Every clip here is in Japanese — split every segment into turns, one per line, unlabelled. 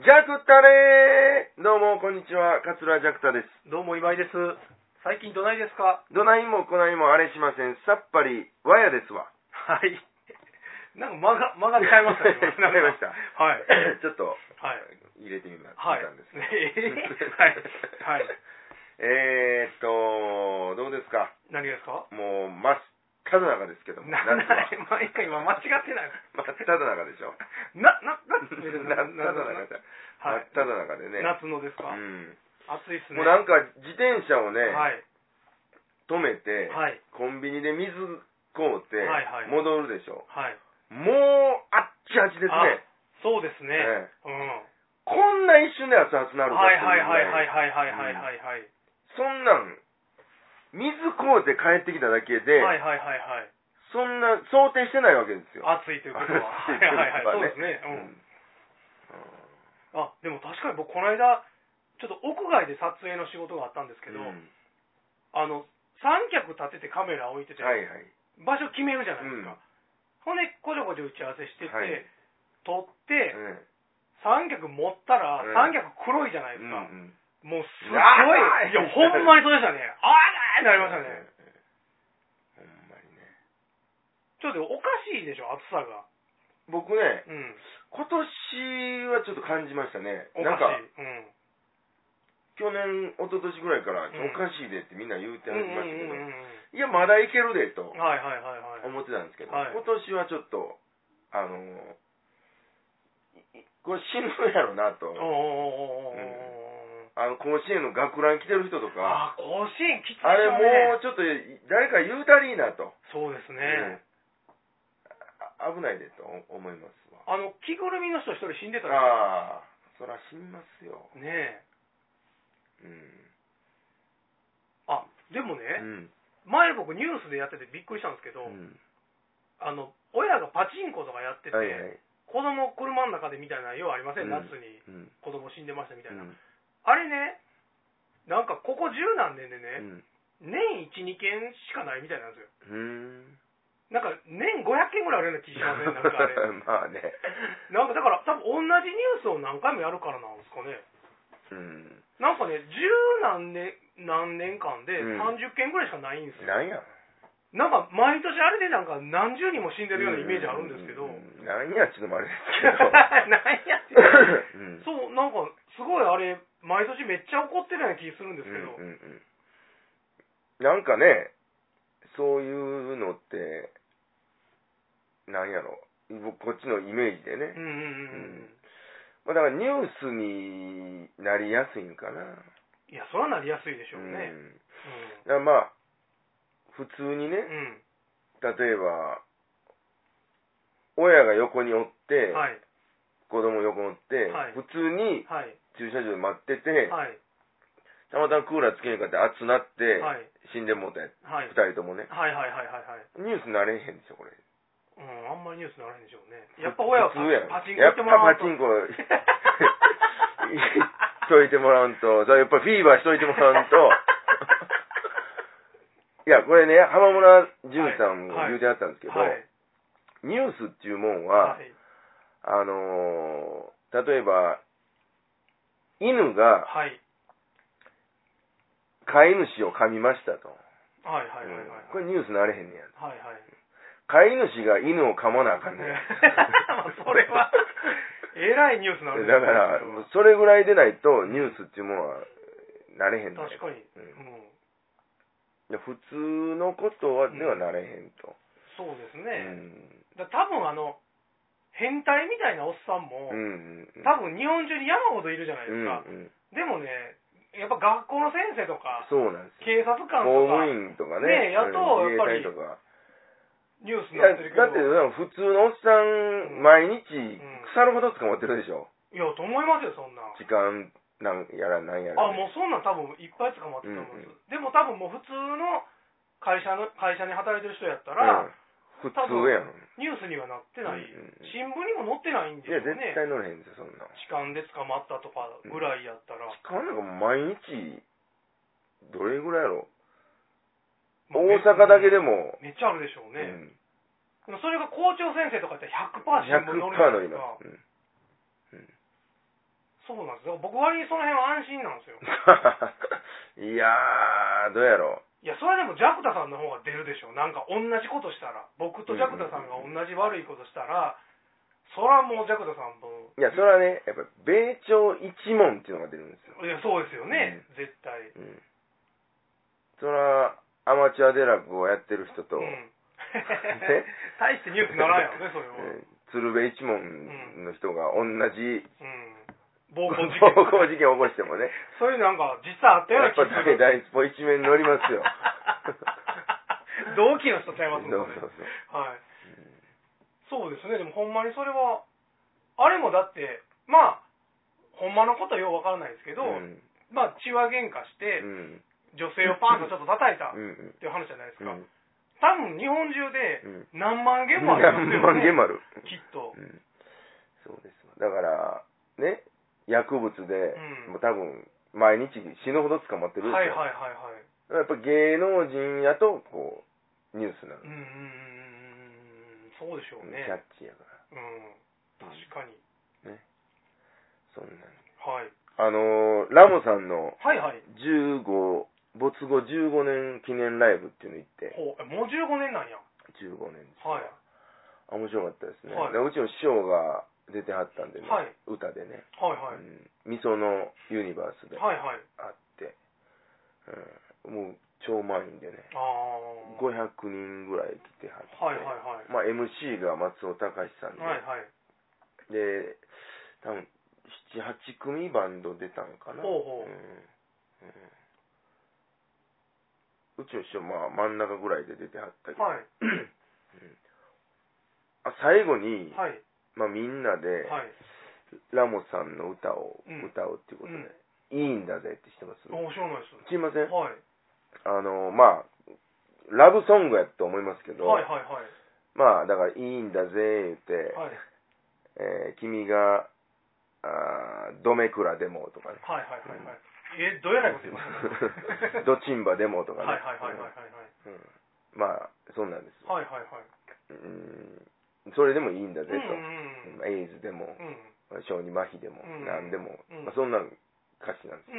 ジャクタレーどうも、こんにちは。桂ジャクタです。
どうも今井です。最近どないですか
どないもこないもあれしません。さっぱり、わやですわ。
はい。なんか間が、間がちゃいましたね。
わかりました。
はい。
ちょっと、
はい。
入れてみま
はい。
たんですけど。
はい。はい。
えーっと、どうですか
何がですか
もう、真っ只中ですけども、夏
な、
は。
な、毎回今間違ってない。
真っ只中でしょ。
な、な、な、
真っ只中じゃん真
はい
っ。只中でね。
夏のですか
うん。
暑いっすね。
もうなんか、自転車をね、
はい。
止めて、
はい。
コンビニで水買うて
はいはい、
戻るでしょ。
はい。
もう、あっちあっちですね。
あそうですね。
ええ
うん。
こんな一瞬で熱々なるかっ
はい
て
はいはいはい
いうぐらい
はいはいはいはいはい。
そんなん、水こうて帰ってきただけで、
はいはいはいはい。
そんな想定してないわけですよ。
暑いということ は。
暑
はいい
という
はいはい。
こと
そう
はね
ですね。うん。あ、でも確かに僕この間、ちょっと屋外で撮影の仕事があったんですけ
うん
ど、
うん
あの、三脚立ててカメラ置いてて、
はいはい。
場所決めるじゃないですか。ほんで、こちょこちょ打ち合わせしてて、
はい
撮って、
うん
三脚持ったら、
うん
三脚黒いじゃな
う
いです
ん
か。
うん
もうすごい、
あー
いや、ほんまにそうでしたね。あーなーってなりましたね。
ほんまにね。
ちょっとおかしいでしょ、暑さが。
僕ね、
うん。
今年はちょっと感じましたね。
お
な
か
ん
しい。
か、去年、一昨年ぐらいから、
うん
おかしいでってみんな言うて
うん。
は
うん
りましたけ
うん
ど、
うんうん
いや、まだいけるでと
うん。はいはいはいはい。
思ってたんですけど、
はい
今年はちょっと、あのいいこれ死ぬやろなと
おー。おーおーおーおー
うんあの、甲子園の学ラン来てる人とか、
あー甲子園きついでしょ
あれ
うね
もうちょっと誰か言うたりいなと。
そうです
う
ね、
んあ危ないでと思いますわ。
あの着ぐるみの人一人死んでたら
ああ、そら死にますよ。
ね
う
え
ん。
あでも
うん
ね、前僕ニュースでやっててびっくりしたんですけど、
うん
あの親がパチンコとかやってて、
はいはい。
子供車の中でみたいなようありませ
うん
ん、夏に
うん。
子供死んでましたみた
う
いな、
ん
あれねなんかここ十何年
う
でね、
ん
年12件しかないみたいなんですよ
うん。
なんか年500件ぐらいあるような気しませんなんかあれ
まあね。
なんかだから多分同じニュースを何回もやるからなんですかね
うん。
なんかね十何年何年間で
うん
30件ぐらいしかないんですよ、
なんや。
なんか毎年あれでなんか何十人も死んでるようなイメージあるんですけど、
うう んなんや、ちょっとあれで
なんやって
すけど。 うん
そうなんかすごいあれ毎年めっちゃ怒ってるような気するんですけど、
うんうんうん、なんかねそういうのってなんやろ僕こっちのイメージでね、
うんうんうんうん、
まあ、だからニュースになりやすいんかな、
いやそらなりやすいでしょう
うん
ね
だからまあ普通に
うん、
ね
うん
例えば親が横におって、
はい
子供横におって、
はい
普通に
はい
駐車場で待ってて、
はい
たまたまクーラーつけへんかって熱なって、
はい
死んでもうたやつ
はいはい
二人ともね
はいはいはいはい
ニュースなれへんでしょこれ
うんあんまりニュースならへんでしょうねやっぱ親は
普通やん
パチンコ行ってもら
や
わ
っ
ん
ぱパチ
と
ンコ行っといてもらうとそれやっぱフィーバーしといてもらう といやこれね浜村淳さんも
は
言
い
うてあったん ですけど、
はい
ニュースっていうもん
は
は、
い
あのー例えば犬が
はい
飼い主を噛みましたと、
はいはいはいはいはい
これニュースなれへんねや
はいはい
飼い主が犬を噛まなあかんねん
まあそれ はえらいニュースになるんで
だ
す
か
ね
ら
それは、
それぐらいでないと、ニュースっていうものは、なれへんのよ
確かに、
う
うんん、
いや普通のことは
うん
ではなれへんと。
そうです
う
ね、
ん。
だ多分あの変態みたいなおっさんも、
うん。うん
多分日本中に山ほどいるじゃないですか、
うんうん
でもねやっぱ学校の先生とか
そうなんですよ。
警察官
公
と
務
か
員とか
ね
ね。
えやっと
うん
やっぱり
自衛隊とか。
ニュース
い
に
や、
なってるけど
だって、普通のおっさん、
ん
毎日
ん、
腐るほど捕まってるでしょ。
いやと思いますよそんな
時間、なんやらなんやら。
あもうそんなん多分いっぱい捕まってたと思うんです、でも多分もう普通の会社の会社に働いてる人やったら、
うん普通やん。
ニュースにはなってな
う
い、
んうんうん
新聞にも載ってないんで
い
すよ
や、絶
ね
対乗れへんですよ、そんな。
痴漢で捕まったとかぐらいやったら、
時間なんかもう毎日、どれぐらいやろ。
まあ
大阪だけでも、
めっちゃあるでしょう
う
ね、
ん
でもそれが校長先生とかやって100%新聞
100%
載るじゃな
乗
い
り
です
ま
か
す。うん
そうなんですだから僕割にその辺は安心なんですよ
いやー、どうやろ
いやそれでもジャクタさんの方が出るでしょなんか同じことしたら僕とジャクタさんが同じ悪いことしたら、そらもうジャクタさんも
う。いや、それはね、やっぱ、米朝一門っていうのが出るんですよ。
いやそうですよね、絶対
うん。それは、アマチュアデラッグをやってる人と、
うん 大してニュースならんやろねそれは
うん鶴瓶一門の人が同じ
うん暴
暴
行事件
行事件を起こしてもね、
そういうなんか実はあったよう
やっ
な気
ぱ
がする
大スポ一面乗ります よ。
同期の人ちゃいますもんね
そうそうそう。
はい、そうですねでもほんまにそれはあれもだってまあほんまのことはようわからないですけど、
うん
まあ血は喧嘩し
う
て
ん
女性をパンとちょっと叩いたっ
うん
ていう話じゃないです
う
か、
ん
多分日本中で
うん
何万件もあります
何
よ
万
ね
ゲマル。
きっと
うんそうですわだから、ね、薬物で、
うん
もう多分、毎日死ぬほど捕まってるん
はい
で
はいはいはい
すよ。やっぱ芸能人やと、こう、ニュースなの
うんうんうんうんうんそうでしょうね
キャッチやから。
うん確かに、
そんなん。
はい、
あのーラモさんの
はいはい
15、没後15年記念ライブっていうの行って、
ほうえもう15年なんや
15年です。
はい
あ面白かったですね。
はい
でうちの師匠が出てはったんでね、
はい
歌でね、
はいは
う
い、
ん、みそのユニバースであ
はいはい
って、うん、もう超満員でね、
ああ
500人ぐらい来てはって、
はいはいはい
まあ、MC が松尾隆さんで、
はいはい
で、多分7、8組バンド出たのかな。
ほうほうん
うんうちの師匠、まあ、真ん中ぐらいで出てはったけど、
はい
あ最後に、
はい
まあ、みんなで、
はい
ラモさんの歌を
うん
歌うっていうことで、いいんだぜって知ってます
あ面白いです
すいません。
はい
あの、まあ、ラブソングやと思いますけど、
はいはいはい
まあ、だから、いいんだぜ、言って、
はい
えー君が、あードメクラでもとかね、
はいはいはいはいえどうやらいこと言いましたね
ドチンバでもとか
はい
ね、
はいはいはいはいは
うんまあ、そんなんです、
いはいはいはい
うん。それでもいいんだぜ
う
と、
んうん
エイズでも、
うん
小児麻痺でも、
うん
なんでも、
うん
まあ、そんなん歌詞なんです。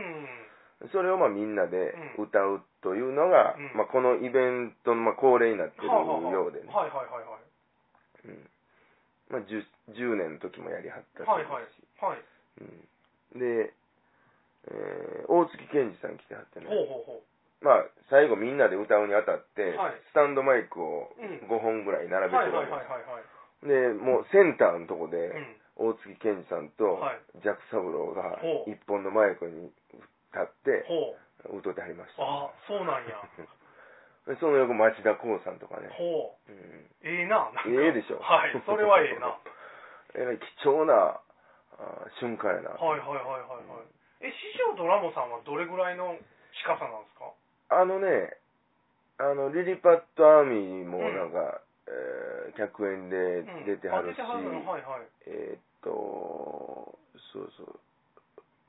うん
それをまあみんなで
うん
歌うというのが、
うん
まあ、このイベントのまあ恒例になってる
はあはあはあ
ようでね、
はいはいはいはい
うんまあ、10, 10年の時もやりはったし、
はいはいはい
うん、で、えー大月健二さん来てはってね
ほ、うほうほ
まあ、最後みんなで歌うにあたって、
はい
スタンドマイクを
うん
5本ぐらいう
は
並
い
べ
はい
てる
は
わ
い
け
はいは
で
い
もうセンターのとこで、
うん
大月健二さんと
はい
ジャック・サブローが
ほう
一本のマイクに立って
ほう
歌ってはりました
あそうなんや
でその横町田光さんとかね、
ほう
うん
ええななんか
ええでしょ
はいそれはええ な
えらい貴重なあー瞬間やな、
はいはいはいはいはい。え、師匠とラモさんはどれぐらいの近さなんですか
あのねあのリリパットアーミーも
うん
なんか、えー客演で
うん
出てはるし、
あ出てはるのはいはい。
えーっとそうそう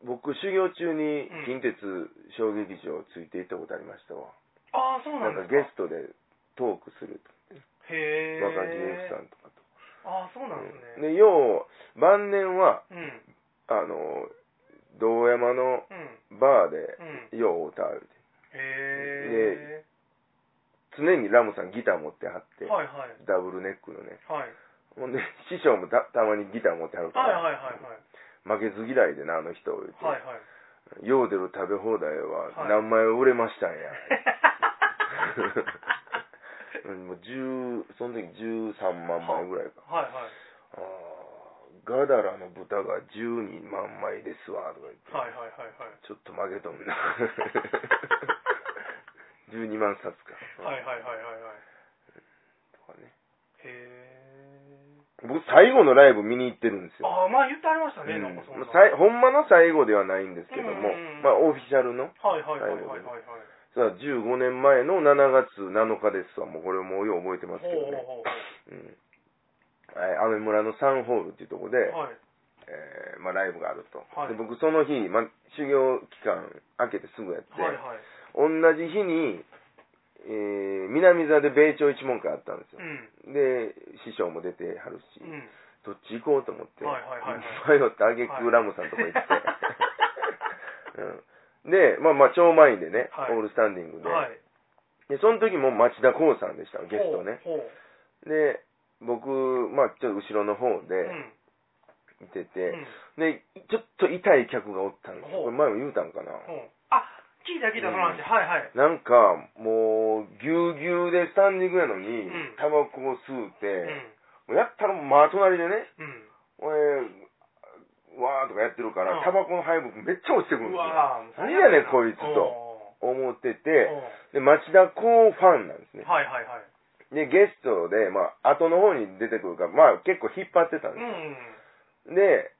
僕修行中に
う
近
ん
鉄小劇場ついて行ったことありましたわ、
ああ、そうな
なんん
で
か
すか。
ゲストでトークすると
へえ。
若ジュンさんとかと、
ああ、そうなんですね。
で要晩年は
うん。
あの堂山の
うん。
バーで
うん。
よう歌う
へえ。
常にラムさんギター持ってはって、
はいはい。
ダブルネックのね
はい。
ほんで師匠もたたまにギター持ってはるか
はい
ら、
はいはいはい。
負けず嫌いでなあの人を言って、
はいはい。
ヨーデル食べ放題
は
はい何枚売れましたんや、うんもう10その時13万枚ぐらいか
はいはい。
あーガダラの豚が12万枚ですわとか言って、
はいはいはいはい。
ちょっと負けとんな 12万冊か
はいはいはいはいはい。
とかね
へえ。
僕最後のライブ見に行ってるんですよ
ああ、まあ言ってありましたね、
うん
なんかそんな。
まあさいほんまの最後ではないんですけども
うんうんう、ん
まあ、オフィシャルの、
はいはいはいはいはいはい。
さあ15年前の7月7日ですわ、もうこれもうよう覚えてますけどね、
ほうほうほ
うんはい雨村のサンホールっていうとこで、
う。はい。
えーまあ、ライブがあると、
はい
で僕、その日、まあ、修行期間明けてすぐやって、
はいはい。
同じ日に、えー南座で米朝一門会あったんですよ
う、ん。
で師匠も出てはるし、
うん。
どっち行こうと思って、
はいはいはいはい
迷ったあげくラムさんとこ行って、
はい
で、まあまあ、超満員でね、
はい
オールスタンディングで。
はい。
で、その時も町田光さんでした、ゲストね。
ほう。ほう
で、僕、まあ、ちょっと後ろの方
う
で
ん。
いてて、
うん
で、ちょっと痛い客がおったんですこ
ほう
れ前も言うたんかな。
ほうあ、聞いた聞いた、その
うん
話。はいはい。
なんか、もう、ぎゅうぎゅうでスタンディングやのに
うん、
タバコを吸うて、もう
う
やったらもう真隣でね、
ん。
俺、わーとかやってるか
う
ら、
ん
タバコの配分めっちゃ落ちてくる
う
んで
ん。う
すよ。
わぁ。
何やねんこいつと
と。
思って
うん
て、で、町田光ファンなんですね。
はいはいはい。
で、ゲストで、まあ、後の方に出てくるから、まあ、結構引っ張ってたん
う
で
ん。
す。で、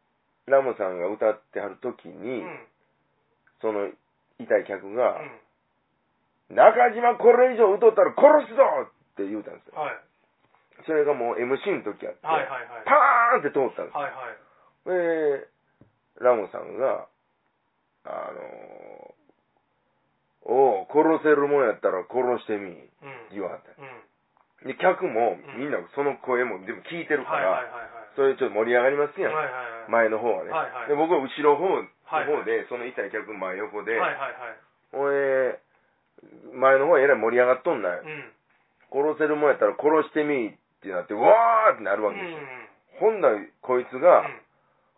ラモさんが歌ってはる時
う
に、
ん。
その、痛い客が、
うん
中島これ以上歌ったら殺すぞって言うたんですよ。
はい。
それがもう MC の時やって、
はいはいはい。
パーンって通ったんです
はいはい。
で、ラモさんが、あのーおう、殺せるもんやったら殺してみ、
うん。
言わはった。
うん。
で、客も
ん、
みんなその声も、でも聞いてるか
はいはいはい
ら、
はい。
それちょっと盛り上がりますやん、
はいはいはい。
前の方はね。
はいはい
で、僕は後ろ方の
はいはい
方で、その痛い客の真横で、
はいはいはい。
俺、前の方えらい盛り上がっとんな、
うん。
殺せるもんやったら殺してみってなって、わーってなるわ
うん
け
う
ですよ。
ん。
ほんならこいつが、
うん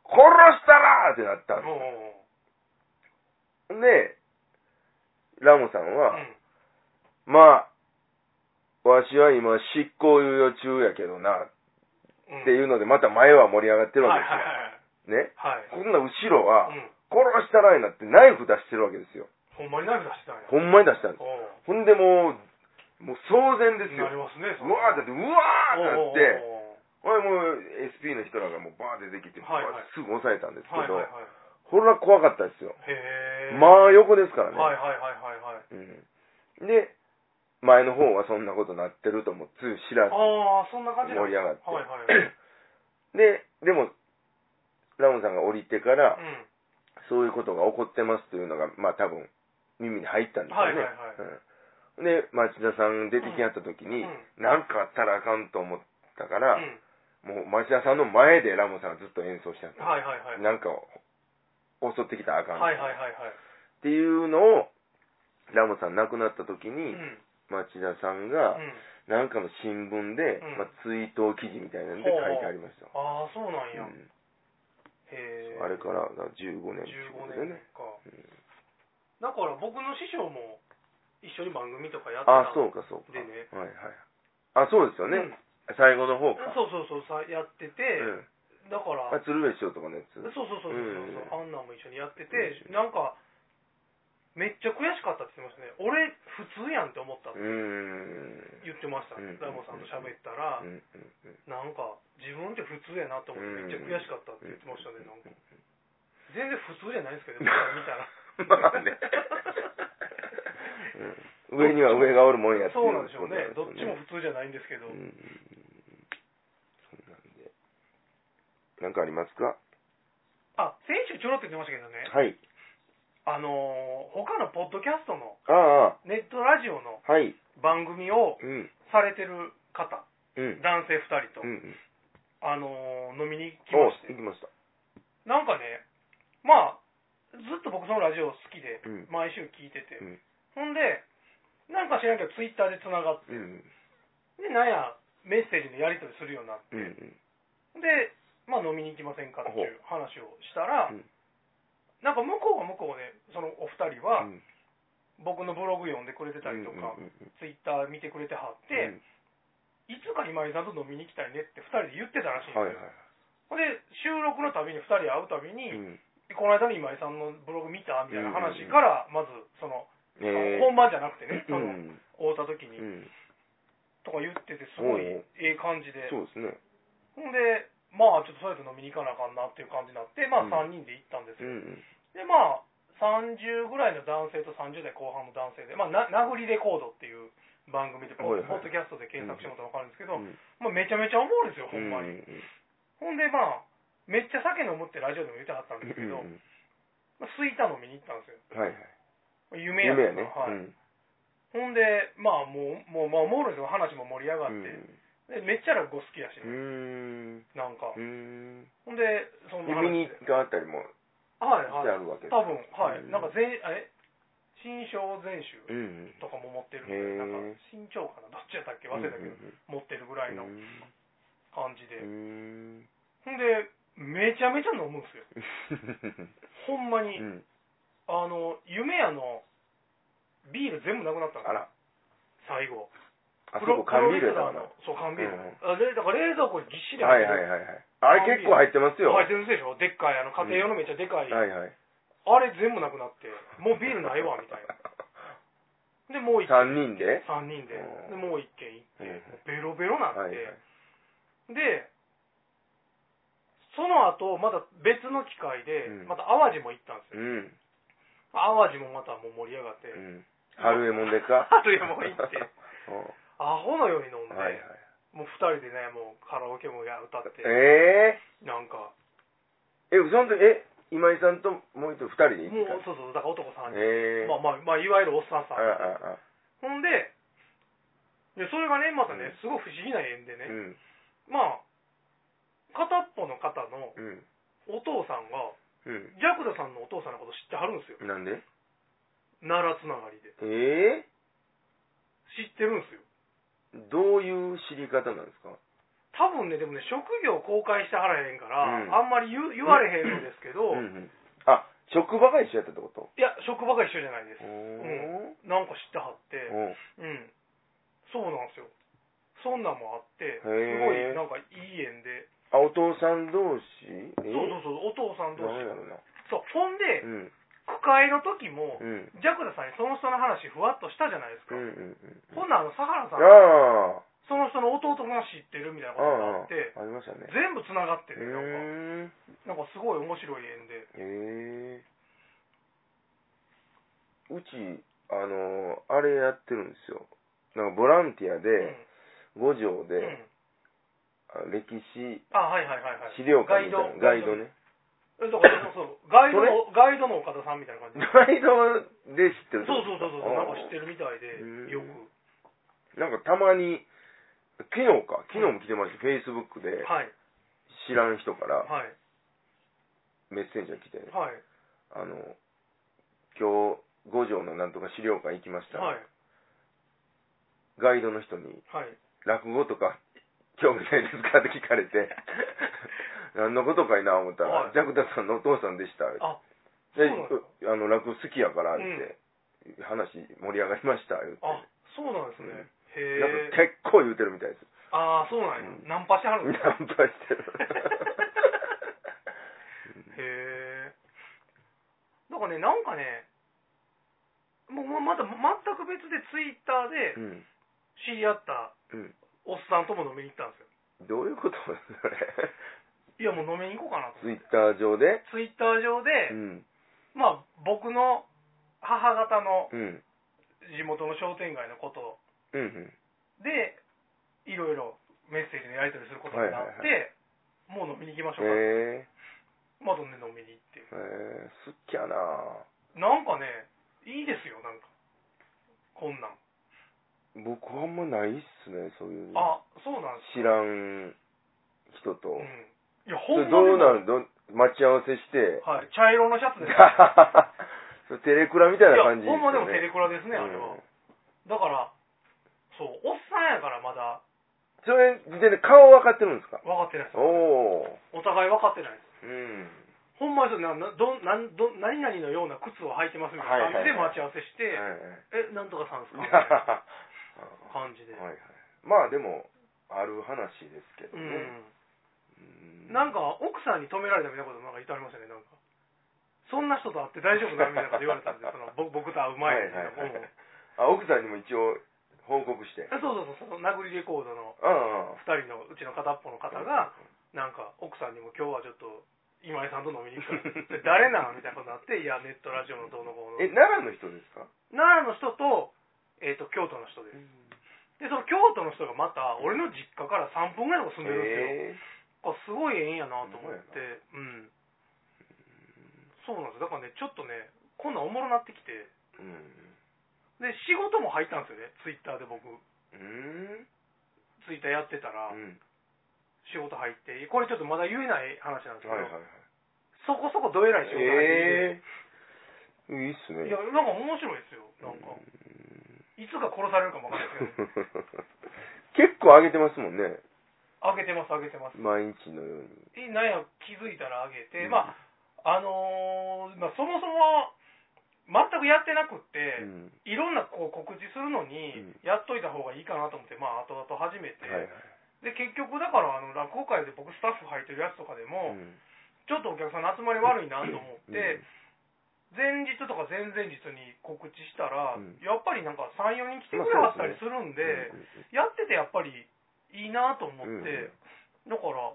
殺したらーってなったんですよ
お
で、ラモさん
ーう
は、
ん。
まあ、わしは今、執行猶予中やけどな、
うん
っていうので、また前は盛り上がってるわ
はい
け
はい
ですよ。ね。
はい。はい。
こんな後ろは、
うん。
殺したらになってナイフ出してるわけですよ。
ほんまにナイフ出してたんや。
ほんまに出したんです。
おー
ほんでもう、もう騒然です
なり
よ。
ますね、
うわーってなって、うわーってなって、俺もう
お
SP の人らがもうバーって出てきて、
はいは
バー
い
ってすぐ押さえたんですけ
ーはい
ど
はい、はい。
ほら怖かったですよ。
へえ。
まあ横ですからね。
はいはいはいはいはい。
うんで、前の方はそんなことなってるともつゆ知らず
ああ、そんな感じ
盛り上がって、
はいはい。うん。
で、でも、ラモンさんが降りてから、そういうことが起こってますというのが、まあ多分、耳に入ったんですよね。
はいはいはい
うんで、町田さん出てきはった時に、
うん
なんかあったらあかんと思ったか
う
ら、
ん。
もう町田さんの前でラモンさんがずっと演奏してはった、
はいはいはい。
なんかを襲ってきたらあかん、
はいはいはい
っ
はい。
ていうのを、ラモンさん亡くなった時
うん。
に
う、ん。
町田さんが、なんかの新聞で、
うん
まあ、追悼記事みたいなんで書いてありました。
ああ、そうなんや。
うん
へえ。
あれからだから15年ってこと
15
ですよ
年
ね。
か。だから僕の師匠も一緒に番組とかやってた
あ、そうかそうか。
でね
はいはい。あ、そうですよね。
うん
最後の方か。
そうそうそう、さやってて、
うん
だから、
あ、鶴瓶師匠とかのやつ。
そうそうそうそうそう、
うん
アンナも一緒にやってて、なんか、めっちゃ悔しかったって言ってましたね。俺、普通やんって思ったって
うーん。
言ってました
うん
ね。大門さんと喋ったら
うん、うんうん
なんか、自分って普通やなと思って、めっちゃ悔しかったって言ってましたね、なんか。全然普通じゃないんですけど、見たら。
ま あね。うん上には上がおるもん やってい
そうなんでしょうね。
こ
ど
となん
っ
で
ち
すよ
も普通じゃないんですけど。
うんうんうんそんなんで。なんかありますか
あ、先週ちょろっと言ってましたけどね、
はい。
あのー他のポッドキャストの、
あ
ネットラジオの
あ、はい。
番組を
うん。
されてる方、
うん。
男性2人と
う、ん。
あのー飲みに来
お
ま
行
して
き、ました。
なんかね、まあ、ずっと僕そのラジオ好きで
う、ん。
毎週聞いてて、
うん
ほんで、なんか知らんけど、ツイッターでつながって、
うん。
で、なんや、メッセージのやり取りするようになって、
うん。
で、まあ、飲みに行きませんかっていう話をしたら、
うん
なんか向こうは向こうで、そのお二人
う
は、
ん。
僕のブログ読んでくれてたりとか、ツイッター見てくれてはって、いつか今井さんと飲みに行きたいねって二人で言ってたらしいん
はいは
ですよ。ほんで、収録のたびに二人会うたび
い。
に、
ん。
この間の今井さんのブログ見たみたいな話から、まず、その、
え
本番じゃなくてね、そ
うん
の、会うた時に、
うん。
とか言ってて、すごい、
おう
ええ感じで。
そうですね。
ほんで、まあ、ちょっとそうやって飲みに行かなあかんなっていう感じになって、ま
う
あ、
ん
3人で行ったんです
う
よ。
ん。
で、まあ、30ぐらいの男性と30代後半の男性で、まあ、な、殴りレコードっていう番組で、ポ
はい
ッ
はい
ポッドキャストで検索してもらったらわかるんですけど、
ん。
まあ、めちゃめちゃ思うんですよ、ほんまに。ほんで、まあ、めっちゃ酒飲むってラジオでも言ってはったんですけど、まあ、スイタ飲みに行ったんですよ。
はいはい。
夢
夢
や
や
ね
ね。
はい。ほんで、まあもう、もう、まあ、おもろいですよ、話も盛り上がって、でめっちゃ落語好きやし、
うん。うん。
なんか、
うん。
ほんで、その
夢
話
に
で
があったりも
はい
してあ
はい、
るわけ
多分はい、
うん
なんか全、え、新章全集
うんうん。
とかも持ってる
へ
んで、
ー
なんか新潮かな、どっちやったっけ忘れたけど、持ってるぐらいの感じ
う
で。
ん。うん。
ほんで、めちゃめちゃ飲むんですよ。ほんまに。
うん。
あの、夢屋のビール全部なくなった
あ
んですよ
ら、
最後。
あそこ缶ビールやったかな。
プロそう、缶ビール。
うん
あでだから冷蔵庫にぎっしり
はい
て
はい
る。
はいはい。あれ結構入ってますよ。
入
は
ってるでしょでっかい、あの、家庭用のめっちゃでかい。
いはい。
あれ全部なくなって、もうビールないわ、みたい な。で、もう一
3人で
3人で
うん
でもう一軒行って、
うん
もうベロベロなって、
はいはい。
でその後また別の機会で、
うん
また淡路も行ったんです
う
よ、
ん。
淡路もまたもう盛り上がって、
うん。春右衛門でか
春右衛門 行って
お
アホのように飲んで、
はいはい。
もう2人でねもうカラオケもや歌って、
え
なんか
ー、え、その時、え、今井さんともう一人二人で
も
行っ
うそうそうだから男3人、
えー。
まあまあ、まあ、いわゆるおっさんさ
あ
ん、
あ、ああ、
ほんででそれがねまたね
うん
すごい不思議な縁で
う
ね、
ん。
まあ片っぽの方の
うん。
お父さんが
う
ジャクダさんのお父さんのこと知ってはるんですよ
ん。なんで
奈良つながりで
え
知ってるんですよ
ー、どういう知り方なんですか
多分ねでもね職業公開してはらへんから、
うん
あんまり言う言われへんのですけど、
うんうん。あ、職場が一緒やったってこと
いや職場が一緒じゃないです
おー
なんか知ってはって
おう
うんそうなんですよそんなんもあって
へー
すごいなんかいい縁で
あ、お父さん同士え
そうそうそうお父さん同
なん
士
やろな。
そうほんで
うん。
句会の時も、
うん。
ジャクダさんにその人の話ふわっとしたじゃないです
う
か、
んうんうん。
ほんならあの佐原さん
あ
その人の弟が知ってるみた
あ。あ
いなことがあ
あ
っ。て
ありましたね。
全部つながって
へ
るなんか
ー
なんかすごい面白い縁で
へーうち、あの、あれやってるんですよ。なんかボランティアで、五条
うんう
で、
ん、
あ歴史
あはいはいはいはい
資料館みたいな。ガイドね。
えだからそうそうガイドのガイドの岡田さんみたい な感じで
ガイドで知ってる
そうそうそうそうなんか知って
る
るみたいで
うん
よく
なんかたまに昨日か昨日も来てました、フェイスブックで
はい
知らん人から
はい
メッセンジャー来て、
はい
あの今日五条のなんとか資料館行きました、
はい
ガイドの人に
はい
落語とか興味ないですかって聞かれ て何のことかいな思ったら、
はい
ジャクタさんのお父さんでした
あそう
で
なんですか
あの落語好きやからって、話盛り上がりました言って
あそうなんですね
うんなん
へ
か
え
結構言うてるみたい です
ああそうなんや
うん
ナンパしてはる
ナ
んですか
ンパして る
へえだからねなんかねもうままだ全く別でツイッター
う
で
ん、
知り合った
うん、
おっさんとも飲みに行ったんですよ
どういうことそれ
いやもう飲みに行こうかなと
ツイッター上で
ツイッター上で、
うん
まあ僕の母方の
うん
地元の商店街のこと
うんうん
でいろいろメッセージのやり取りすることになっ
は
て、
いは
もう飲みに行きましょうか、
へえ
まあどんで飲みに行っ
へ
て
えすっきゃな
なんかねいいですよなんかこんなん
僕あんまないっすねそういうの
あそうなんです
知らん人と
う、んいや
そ
ほ
れ
んま
どう
に
なるど待ち合わせして、
はい、茶色のシャツです、ね、
それテレクラみたいな感じ
いやほんまでもテレクラですねあれ
う
は、
ん
だからそうおっさんやからまだ
それで、ね、顔分かってるんですか
分かってないです
おお
お互い分かってないです
うん
ほんまにそうななどんなんどん何々のような靴を履いてますみたいな感じで待ち合わせして、えなんとかさんですかみたいな感じで、
はいはい、まあでもある話ですけど
う
ね、
ん
うん
なんか奥さんに止められたみたいなことなんか言ってありましたねなんかそんな人と会って大丈夫なのみたいなこと言われたんでその僕僕と会う前に、
はいはいはい
うん
あ奥さんにも一応報告して
えそうそうそうその殴りレコードの
ああ
2人のうちの片っぽの方がなんか奥さんにも今日はちょっと今井さんと飲みに行くから 誰なんみたいなことになっていやネットラジオのどうのこうの
え奈良の人ですか
奈良の人と,、えー、と京都の人ですでその京都の人がまた俺の実家から3分ぐらいのとこ住んでるんですよ、
え
あすごい縁やなと思ってうんそうなんですよだからねちょっとねこんなんおもろなってきて
えうん
で仕事も入ったんですよねツイッターで僕
うん
ツイッターやってたら
うん
仕事入ってこれちょっとまだ言えない話なんですけ
はい
ど、
はいはい
そこそこどえらい仕事入って
ええいいっすね
いやなんか面白いですよなんかいつか殺されるかもわかんないですけど
結構上げてますもんね
あげてますあげてます
毎日のように
えなんや気づいたらあげて、
うん
まああのーまあ、そもそも全くやってなくって、
うん
いろんなこう告知するのに
うん
やっといた方がいいかなと思って、まあ後々始めて、
はいはい
で結局だからあの落語会で僕スタッフ入ってるやつとかで
う
も、
ん
ちょっとお客さんの集まり悪いなと思って、前日とか前々日に告知したら、
うん
やっぱりなんか34人来てくれはったりするん
う
で,、
んうん
やっててやっぱりいいなと思って、
うん
だから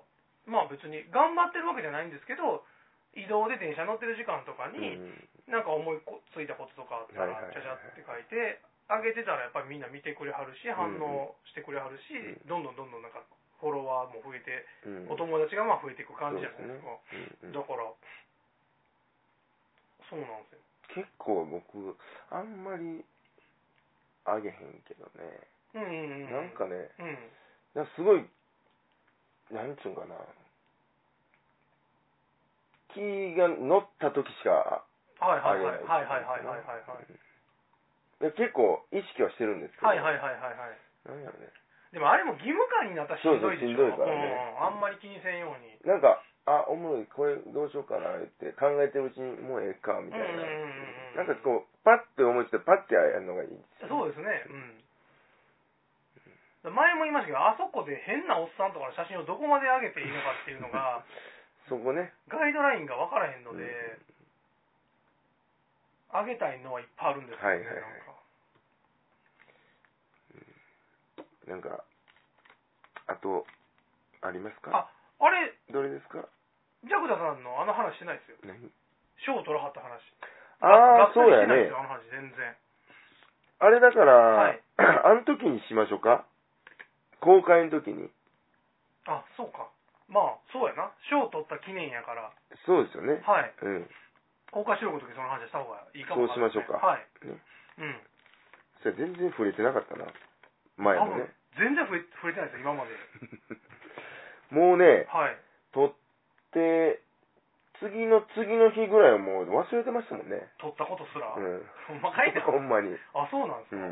まあ別に頑張ってるわけじゃないんですけど移動で電車乗ってる時間とか
うん
に、なんか思いついたこととかあったら
はいはいはい
ちゃちゃって書いてあげてたらやっぱりみんな見てくれはるし反応してくれはるし、
うん
どんどんどんどんなんかフォロワーも増えて、
うんうん
お友達がまあ増えていく感じじゃないですか
うんうん
だからそうなんですよ
結構僕あんまり上げへんけどね
うんうんうん
なんかね
うん
なんかすごいなんつうんかな気が乗った時しか
はいはい
上げ
は
ないい
はいはいはいはいはい
いや結構意識はしてるんですけど
はいはいはいはいはいはい
なんやろね
でもあれも義務感になったらしんどいでしょ
そうそうしんどいからね
うんあんまり気にせんように
なんかあおもろいこれどうしようかなって考えてるうちにもうええかみたいな
うんうんうんうん
なんかこうパッて思いついてパッてやるのがいいです
そうですね、うん。前も言いましたけど、あそこで変なおっさんとかの写真をどこまで上げていいのかっていうの が、
そこね
ガイドラインが分からへんので、
うん
上げたいのはいっぱいあるんですよね、
はいはいはい
なんか。
なんかあとありますか
あ、あれ、
どれですか
ジャクダさんのあの話してないですよ。
何
賞を取らはった話。
ああ
が
そうや
がっつりしてないです
ね
よあの話、全然。
あれだから、
はい
あの時にしましょうか公開の時に
あ、そうか。まあ、そうやな。賞を取った記念やから、
そうですよね
はい。
うん
公開収録の時にその話した方がいいかもわかんない
そうしましょうか
はい。
ね
うん。
それ全然触れてなかったな前
多
の
分
ね、
全然触れ触れてないですよ、今まで。
もうね
はい。
撮って次の次の日ぐらいはもう忘れてましたもんね
取ったことすら、
う
ほ
ん
んまかい な
ほんまに
あそうなんです
う
か、う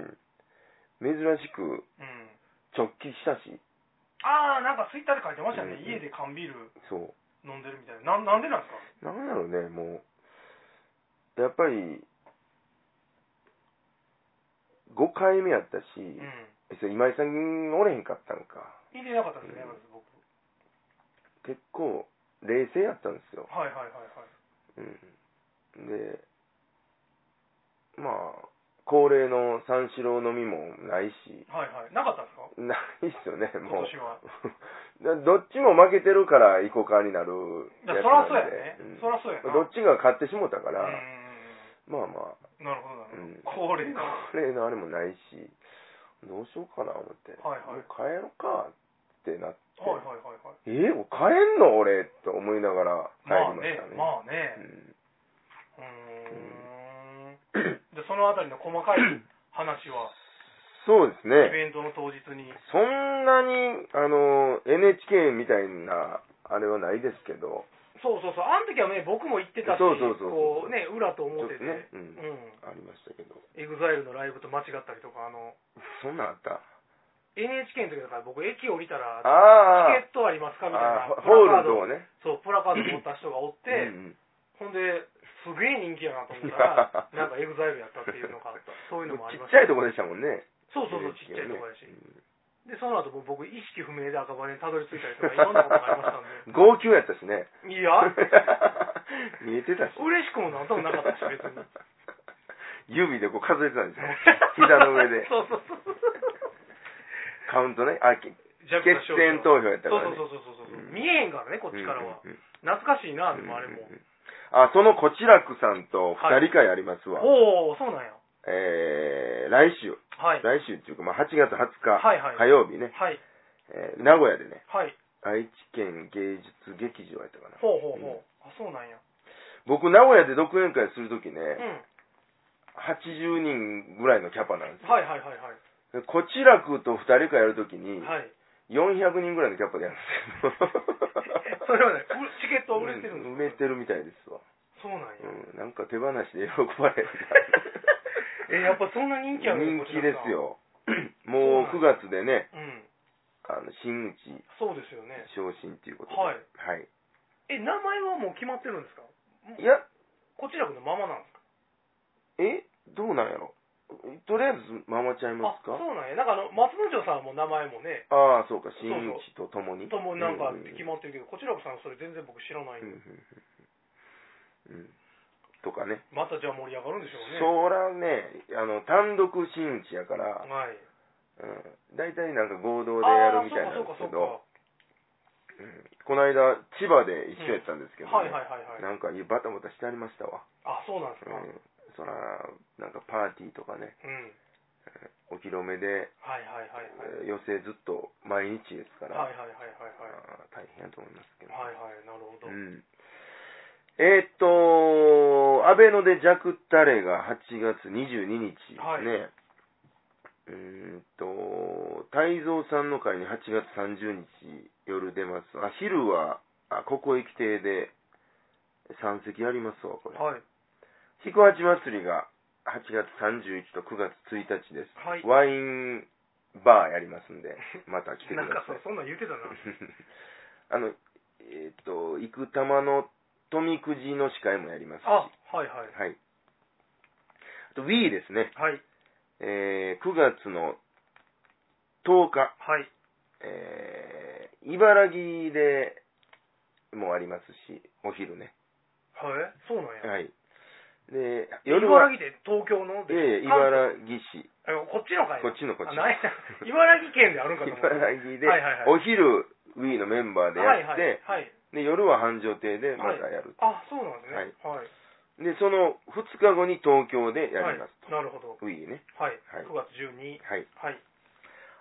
ん
ん珍しく直帰したし
ああなんかツイッターで書いてましたね、
うん
家で缶ビール
そ
飲んでるみたいななんなんでなんですか
うなんやろうねもうやっぱり5回目やったし、
うん
それ今井さんおれへんかったんか
入れなかったですね、
うん
まず僕
結構冷静やったんですよ、
はいはいはいは
うん、
い
でまあ恒例の三四郎飲みもないし
はいはいなかったんですか
ないっすよね
今
もう
年は
だどっちも負けてるからイコカになる
だ
やつ
そら
なん
そ
で
うやね、
うん
そらそうやな
どっちが勝ってしもたか
う
ら、
ん
まあまあ
なるほどなるほ
うん
ど、恒例の
恒例のあれもないしどうしようかな思って、
はいはい
もう帰ろうかってなって
はいはいはいはい
えー、もう帰んの俺と思いながら
ま
帰
あ
りま
ね
したね,、
まあね
うん
うーんでそのあたりの細かい 話は
そうです
イ
ね
ベントの当日に
そんなにあの NHK みたいなあれはないですけど
そうそうそう、あの時はね、僕も行ってたし、
そうそうそう
こうね、裏と
ちょ
表
っ
で、
とね、うん
うん、
ありましたけど
エグザイルのライブと間違ったりとか、あの、
そんなんあった
NHK の時だから僕、駅降りたら、チ
あ
ケットありますかみたい
あ
な、
ーホール
プラカード
のとこね
そう、プラカード持った人がおって、
うん
ほんで、すげえ人気やなと 思ったら、なんかエグザイルやったっていうのがあった。そう
う
い
ん
うのもあ
ち
りま
っ
し
ち
た。
ゃいとこでしたもんね
そうそうそう、ちっちゃいとこやし。で、その後僕、意識不明で赤羽にたどり着いたりとか、いろんなことがありましたんで。
号泣やったしね
いや、
見えてたし
嬉しくもなんともなかったし、別に。
指でこう数えてたんですよ 膝の上で
そうそうそう。
カウントねあ 決
決
選投票やったからね
そうそうそうそうそう、見えへんからねこっちからは、
うんうんうん
懐かしいなでもあれも、
あそのこちらくさんと
はい
2人会ありますわ、
おおそうなんや
えー、来週
はいはい
来週っていうか、まあ、8月20日、
はいはい
火曜日ね、
はい
えー名古屋でね
はい
愛知県芸術劇場やったかな
ほうほうほう、あそうなんや
僕名古屋で独演会するときね、
うん
80人ぐらいのキャパなんですよ
はいはいはいはい
でこちらくと2人会やるときに、
はい
400人ぐらいのキ ャパでやるんですけど
それはねうチケットは売れてるんですか
売れてるみたいですわ
そうなんや。
うん、なんか手放しで喜ばれへん
え、やっぱそんな人気あ
な
る
人
の
気です。よもう9月でね
こちらさんうん。
あの新内
そうですよね。
昇進っていうことで
はい
はい、
え、名前はもう決まってるんですか
いや
こちらのままなんですか
えどうなんやろとりあえずママちゃいま
あ
す、
そ
か
うなんや。なんかあの、松之丞さんも名前もね、
ああそうか
う
新内とともに
ともなんか
うんうん
決まってるけど、こちらさんそれ全然僕知らないん
う
で
んうんうんうんとかね
またじゃあ盛り上がるんでしょうね。
そらねあの単独真打ちやから、
はい。
うん、大体なんか合同でやるみたい
あー
な
そ
ん
う
で
か
すけ
そうかそう
ど、うん、この間千葉で一緒やったんですけ
か。
ど、
はい
ね
はいはいはい。
なんかバタバタしてありましたわ、
あ、そうなんです
う
か。うん。
ん、そらなんかパーティーとかねお披露目で、
はいはいはいはい。
えー予選ずっと毎日ですから、
はいはいはいはいはい。
あー大変だと思いますけど、
はいはい、なるほど。
うん、えーっと、アベノでジャクタレが8月22日ですね。
はいう
ーんと、泰造さんの会に8月30日夜出ます。あ、昼は、あ、ここへ来てで三席やりますわ、これ。
はい。
ひこはち祭りが8月31と9月1日です。
はい。
ワインバーやりますんで、 また来てくだ
な
さい
ん。かそそんなん言うてたな。
あの、えっ、と、行く玉の富くじの司会もやりますし。
あ、はいはい。
はい。あと、Wii ですね。
はい。
えー、9月の10日、
はい。
えー、茨城でもありますし、お昼ね。
はい。そうなんや。
はい。で、夜は
茨、城で東京ので
ええ
関
茨城市、
東あこっちのかい
こっちのこっちの
あなん や茨城県であるんかと思った
茨城で
はいはいはい、
お昼、Wii のメンバーでやって、
はいはいはい、
で、夜は繁盛亭でまたやる。
あそうなんですねはい、
で、その2日後に東京でや
はい
りますと。
なるほど
ウィーね。
はい、
はい
9月12
はい。
はい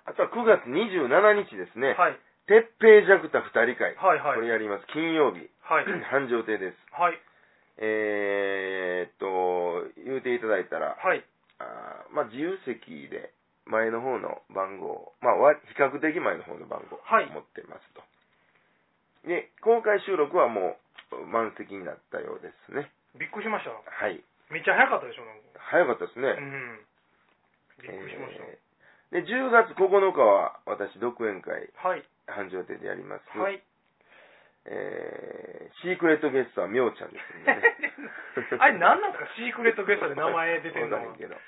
あとは9月27日ですね。
はい
鉄平ジャクタ2人会。
はいはい
これやります。金曜日。
はい
繁盛亭です。
はい
えーっと、言うていただいたら、
はい
あーまあ、自由席で前の方の番号、まあ、わ比較的前の方の番号を
はい
持ってますと。で、公開収録はもう満席になったようですね。
びっくりしました
はい。
めっちゃ早かったでしょなんか
早かったですね。
うんびっくりしました、
えーで10月9日は私独演会
はい
繁盛亭でやります、
はい
えーシークレットゲストはみょうちゃんですんでね
あれ何なんですか シークレットゲストで名前出てんのは
わか
は
らへんけど、い
い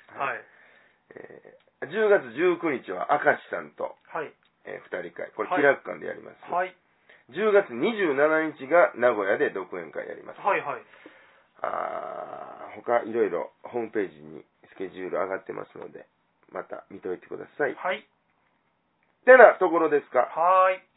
えー10月19日は明石さんと、
はい
え2人会これ
はい
気楽館でやります、
はい
10月27日が名古屋で独演会やります、
はいはい
あー他いろいろホームページにスケジュール上がってますのでまた見といてください
はい
てなところですか
はい